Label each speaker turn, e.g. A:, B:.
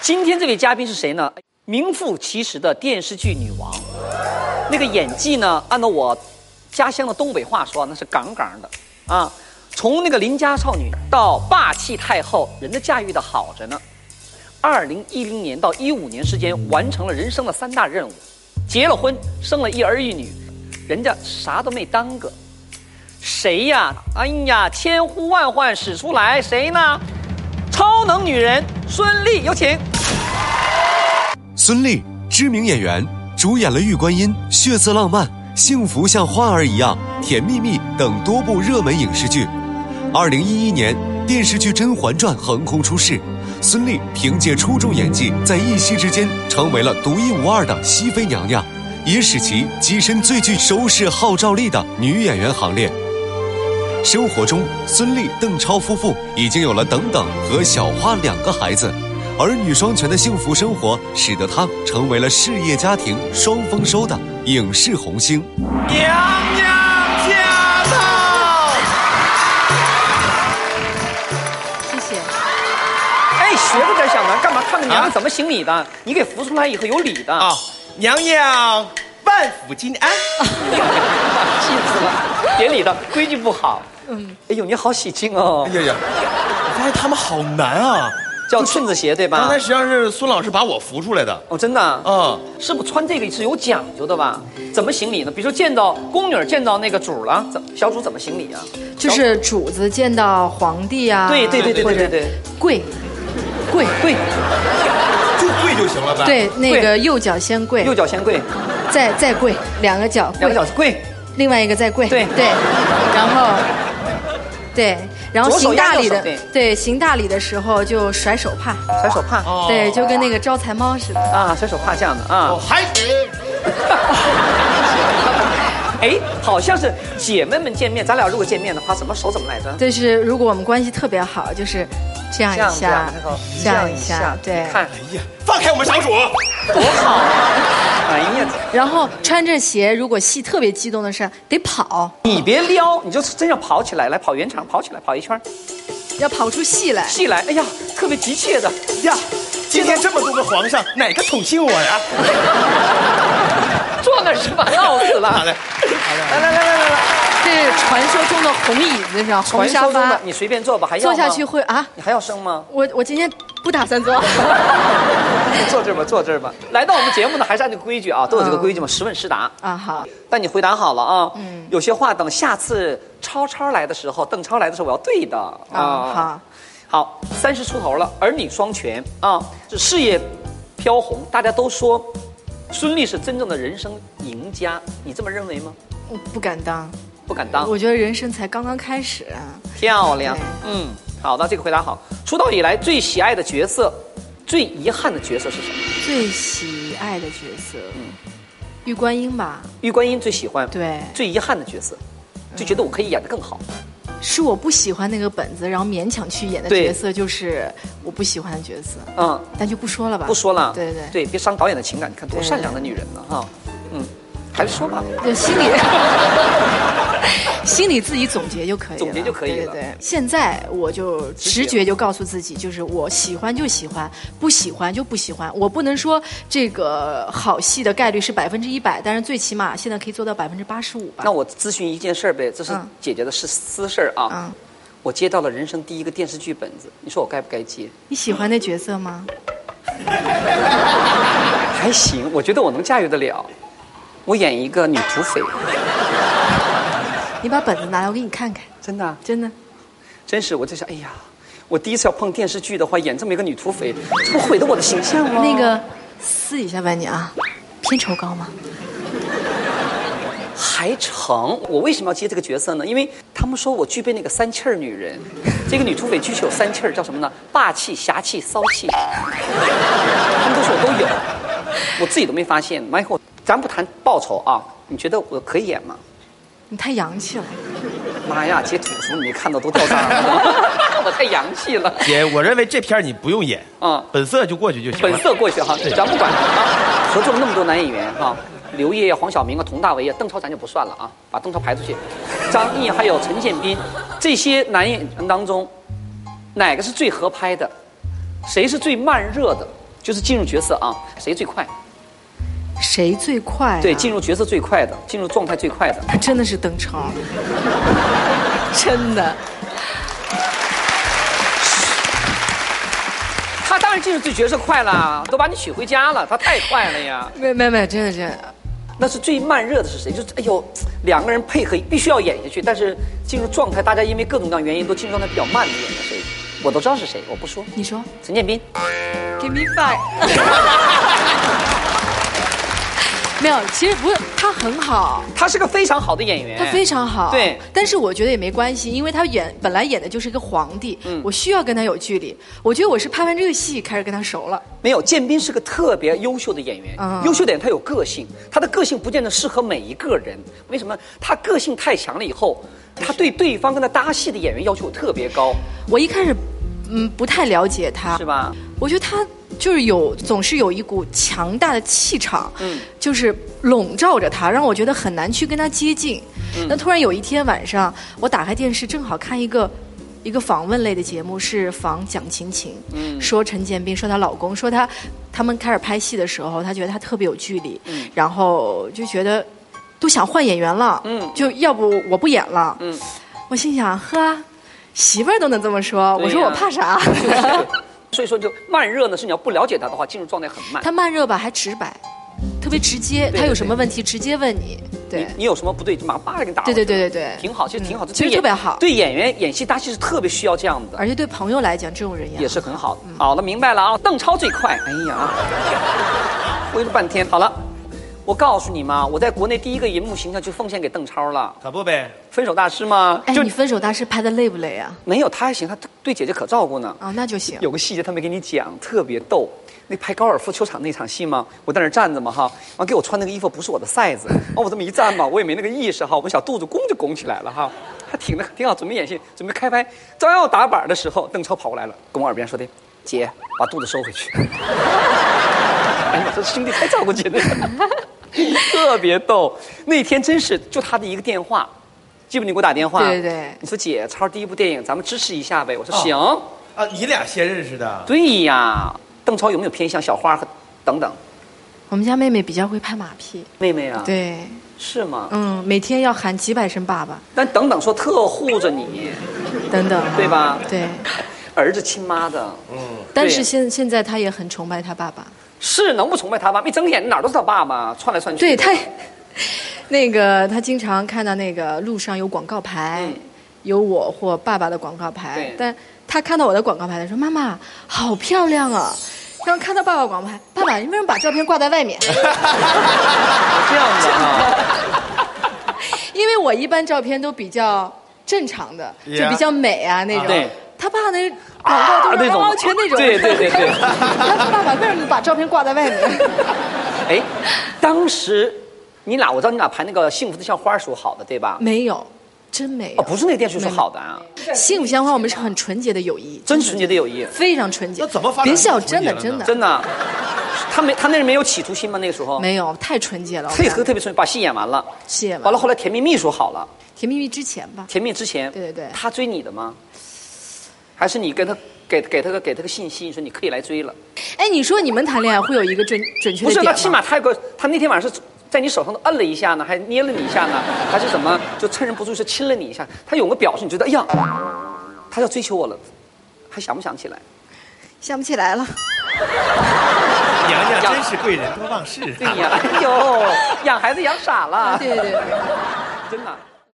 A: 今天这位嘉宾是谁呢？名副其实的电视剧女王，那个演技呢，按照我家乡的东北话说，那是杠杠的啊！从那个邻家少女到霸气太后，人家驾驭的好着呢。二零一零年到一五年之间，完成了人生的三大任务，结了婚，生了一儿一女，人家啥都没耽搁。谁呀？哎呀，千呼万唤始出来，谁呢？超能女人孙俪，有请。
B: 孙俪，知名演员，主演了《玉观音》《血色浪漫》《幸福像花儿一样》《甜蜜蜜》等多部热门影视剧。二零一一年，电视剧《甄嬛传》横空出世，孙俪凭借出众演技，在一夕之间成为了独一无二的熹妃娘娘，也使其跻身最具收视号召力的女演员行列。生活中，孙俪、邓超夫妇已经有了等等和小花两个孩子，儿女双全的幸福生活使得她成为了事业家庭双丰收的影视红星。
C: 娘娘驾到！
D: 谢谢。
A: 哎，学着点小南，干嘛看着娘娘怎么行礼的？你给扶出来以后有礼的。
C: 啊，娘娘万福金安。
A: 气死了，别理他，规矩不好。嗯，哎呦，你好喜庆哦，
C: 哎呀呀，我发现他们好难啊！
A: 叫顺子鞋对吧？
C: 刚才实际上是孙老师把我扶出来的。
A: 哦，真的啊，
C: 嗯
A: 是不是穿这个是有讲究的吧？怎么行礼呢？比如说见到宫女儿见到那个主儿了，怎小主怎么行礼啊？
D: 就是主子见到皇帝啊，
A: 对对对对
D: 或
A: 对
D: 者
A: 对
D: 跪，跪
A: 对，
C: 就跪就行了呗。
D: 对，那
A: 跪
D: 个右脚先跪
A: 啊右，脚先跪，
D: 再再跪，两个脚
A: 两
D: 跪
A: 个，脚跪，
D: 另外一个再跪，
A: 对
D: 对，然后对，然后
A: 左手
D: 行大
A: 压右
D: 礼
A: 手
D: 的
A: 对，
D: 对，行大礼的时候就甩手帕，
A: 甩手帕
C: 哦
D: 对，就跟那个招财猫似的。
A: 啊，甩手帕这样的啊
C: 哦，。还
A: 哎，好像是姐妹们见面，咱俩如果见面的话，怎么手怎么来着？
D: 就是如果我们关系特别好，就是这样
A: 这样
D: 一
A: 这样
D: 下，，
A: 这样一下，
D: 对
A: 你。看
C: 放开我们小主。
A: 多好啊！哎呀。
D: 然后穿着鞋，如果戏特别激动的事儿，得跑，
A: 你别撩，你就真要跑起来，来跑圆场，跑起来，跑一圈儿，
D: 要跑出戏来。
A: 戏来，哎呀，特别急切的，
C: 呀，今天这么多个皇上，哪个宠幸我呀？
A: 坐那儿是吧？闹死了。
C: 好嘞，
A: 来来来来来来，
D: 这是传说中的红椅子上红
A: 传
D: 沙
A: 说中
D: 发
A: 的，你随便坐吧，还要
D: 坐
A: 吗
D: 下去，会啊！
A: 你还要生吗？
D: 我我今天不打算坐。
A: 坐这儿吧，坐这儿吧。来到我们节目呢，还是按照规矩啊，都有
D: 嗯
A: 这个规矩嘛，实问实答。
D: 啊好，
A: 但你回答好了啊，
D: 嗯
A: 有些话等下次超超来的时候，邓超来的时候我要对的啊。
D: 啊好，
A: 好，三十出头了，儿女双全啊，这事业飘红，大家都说孙俪是真正的人生赢家，你这么认为吗？
D: 我不敢当，
A: 不敢当，
D: 我觉得人生才刚刚开始啊。
A: 漂亮
D: 对，
A: 嗯，好的，这个回答好。出道以来最喜爱的角色，最遗憾的角色是什么？
D: 最喜爱的角色，
A: 嗯
D: 玉观音吧，
A: 玉观音最喜欢，，
D: 对，
A: 最遗憾的角色，就觉得我可以演得更好。
D: 是我不喜欢那个本子，然后勉强去演的
A: 对
D: 角色，就是我不喜欢的角色，
A: 嗯，
D: 但就不说了吧。
A: 不说了，
D: 对对
A: 对，别伤导演的情感，你看多
D: 对
A: 善良的女人呢，哈，嗯，还是说吧。
D: 就心里， 心里自己总结就可以了，
A: 总结就可以了
D: 对对对，现在我就直觉就告诉自己，就是我喜欢就喜欢，不喜欢就不喜欢。我不能说这个好戏的概率是百分之一百，但是最起码现在可以做到百分之八十五吧
A: 那。我咨询一件事儿呗，这是
D: 嗯
A: 姐姐的是私事儿啊。
D: 嗯，
A: 我接到了人生第一个电视剧本子，你说我该不该接？
D: 你喜欢那角色吗？
A: 还行，我觉得我能驾驭得了。我演一个女土匪，
D: 你把本子拿来，我给你看看，
A: 真的啊，
D: 真的。
A: 真是我在想，哎呀，我第一次要碰电视剧的话，演这么一个女土匪，这不毁了我的形象吗？
D: 那个私底下问你啊，片酬高吗？
A: 还成。我为什么要接这个角色呢？因为他们说我具备那个三气儿女人， 这个女土匪具有三气儿，叫什么呢？霸气、侠气、骚气。他们都说我都有，我自己都没发现。完以后，咱不谈报酬啊，你觉得我可以演吗？
D: 你太洋气了。
A: 妈呀，截图的时候你没看到都掉渣了， 我太洋气了。
C: 姐，我认为这片儿你不用演，
A: 嗯
C: 本色就过去就行了。
A: 本色过去哈，咱不管啊。合作了那么多男演员哈，刘烨呀、黄晓明啊、佟大为啊、邓超咱就不算了啊，把邓超排出去。张译还有陈建斌，这些男演员当中，哪个是最合拍的？谁是最慢热的？就是进入角色啊，谁最快？
D: 谁最快、啊？
A: 对，进入角色最快的，进入状态最快的。
D: 真的是邓超， 真的。
A: 他当然进入最角色快了，都把你娶回家了，他太快了呀。
D: 没没没，真的真的。
A: 那是最慢热的是谁？就是哎呦，两个人配合必须要演下去，但是进入状态，大家因为各种各样原因都进入状态比较慢的演的谁？我都知道是谁，我不说。
D: 你说
A: 陈建斌，
D: ，Give me five。没有，其实不是，他很好，
A: 他是个非常好的演员，
D: 他非常好。
A: 对
D: 但是我觉得也没关系，因为他演本来演的就是一个皇帝，我需要跟他有距离。我觉得我是拍完这个戏开始跟他熟了。
A: 没有，建斌是个特别优秀的演员，
D: 嗯
A: 优秀点他有个性，他的个性不见得适合每一个人。为什么？他个性太强了以后，他对对方跟他搭戏的演员要求特别高，
D: 我一开始，嗯，不太了解他，
A: 是？吧？
D: 我觉得他就是有，总是有一股强大的气场，
A: 嗯
D: 就是笼罩着他，让我觉得很难去跟他接近。
A: 嗯
D: 那突然有一天晚上，我打开电视，正好看一个。一个访问类的节目是访蒋勤勤，
A: 嗯
D: 说陈建斌，说她老公，说她他们开始拍戏的时候，她觉得她特别有距离，
A: 嗯
D: 然后就觉得都想换演员了，
A: 嗯
D: 就要不我不演了，我心想呵，啊媳妇儿都能这么说，
A: 对
D: 我说我
A: 呀
D: 怕啥？
A: 所以说，就慢热呢，是你要不了解他的话，进入状态很慢。
D: 他慢热吧，还直白，特别直接。
A: 对
D: 他有什么问题直接问你，对
A: 你，你有什么不对，就马上叭给你打回
D: 对
A: 去
D: 对对对对，
A: 挺好，其实挺好，
D: 嗯
A: 这
D: 其
A: 对
D: 实
A: 演
D: 特别好。，
A: 对演员演戏搭戏是特别需要这样的，
D: 而且对朋友来讲，这种人
A: 也
D: 也好
A: 是很好的。好了，明白了啊，邓超最快。哎呀，挥了半天。好了，我告诉你嘛，我在国内第一个银幕形象就奉献给邓超了，
C: 可不呗，
A: 分手大师吗？
D: 哎，
A: 就
D: 你分手大师拍的累不累啊？
A: 没有他还行，他对姐姐可照顾呢。
D: 啊，那就行。
A: 有个细节他没给你讲，特别逗。那拍高尔夫球场那场戏嘛，我在那儿站着嘛哈，完给我穿那个衣服不是我的 size，完我这么一站吧，我也没那个意识哈，我小肚子拱就拱起来了哈，还挺的挺好，准备演戏，准备开拍，正要打板的时候，邓超跑过来了，跟我耳边说的：“姐，把肚子收回去。” 哎呀，这兄弟太照顾姐了， 特别逗。那天真是就他的一个电话，记不？你给我打电话，
D: 对对对
A: 你说姐，超第一部电影，咱们支持一下呗。我说
C: 哦
A: 行。
C: 啊，你俩先认识的，
A: 对呀，邓超有没有偏向小花和等等
D: 我们家妹妹比较会拍马屁，
A: 妹妹啊？，
D: 对，
A: 是吗？
D: 嗯，每天要喊几百声爸爸
A: 但等等说特护着你，
D: 等等，
A: 对吧
D: 对，
A: 儿子亲妈的，
D: 但是现现在她也很崇拜她爸爸，
A: 是能不崇拜他吗？一睁眼哪儿都是他爸爸，窜来窜去。
D: 对她，那个她经常看到那个路上有广告牌，
A: 嗯
D: 有我或爸爸的广告
A: 对
D: 牌，但她看到我的广告牌，她说：“妈妈，好漂 亮啊！”然后看到爸爸广告牌，爸爸，你为什么把照片挂在外面？
A: 这样的啊，
D: 因为我一般照片都比较正常的，就
C: Yeah
D: 比较美啊那种。
A: 对
D: 他爸那广告都
A: 啊
D: 是
A: 那种
D: 完全那种。
A: 对对对对
D: 他爸爸为什么把照片挂在外面？
A: 哎，当时你俩，我知道你俩排那个《幸福的像花》时候好的，对吧？
D: 没有，真没有。
A: 哦，不是那个电视剧是好的啊，
D: 幸福相花，我们是很纯洁的友谊，
A: 真纯洁的友谊，
D: 非常纯洁。
C: 那怎么发展
D: 别笑，
C: 成
D: 真的
C: 纯洁
D: 真
C: 了呢
D: 的
A: 真的啊。他没他那人没有企图心吗？那个时候
D: 没有，太纯洁了。 我
A: 配
D: 看
A: 合特别顺，把戏演完了，
D: 谢谢吧
A: 完了后来《甜蜜蜜》说好了。
D: 甜蜜蜜之前吧，
A: 甜蜜之前，
D: 对对对
A: 他追你的吗？还是你跟他给给他个给他个信息，你说你可以来追了？
D: 哎，你说你们谈恋爱会有一个准准确
A: 不
D: 的
A: 是，
D: 点吗？啊
A: 那起码他有个，他那天晚上是在你手上摁了一下呢，还捏了你一下呢，还是怎么？就趁人不注意是亲了你一下，他有个表示，你觉得哎呀，他要追求我了，还想不想起来？
D: 想不起来了。
C: 娘娘真是贵人多忘事。
A: 对呀，哎呦，养孩子养傻了，
D: 对对对。
A: 真的。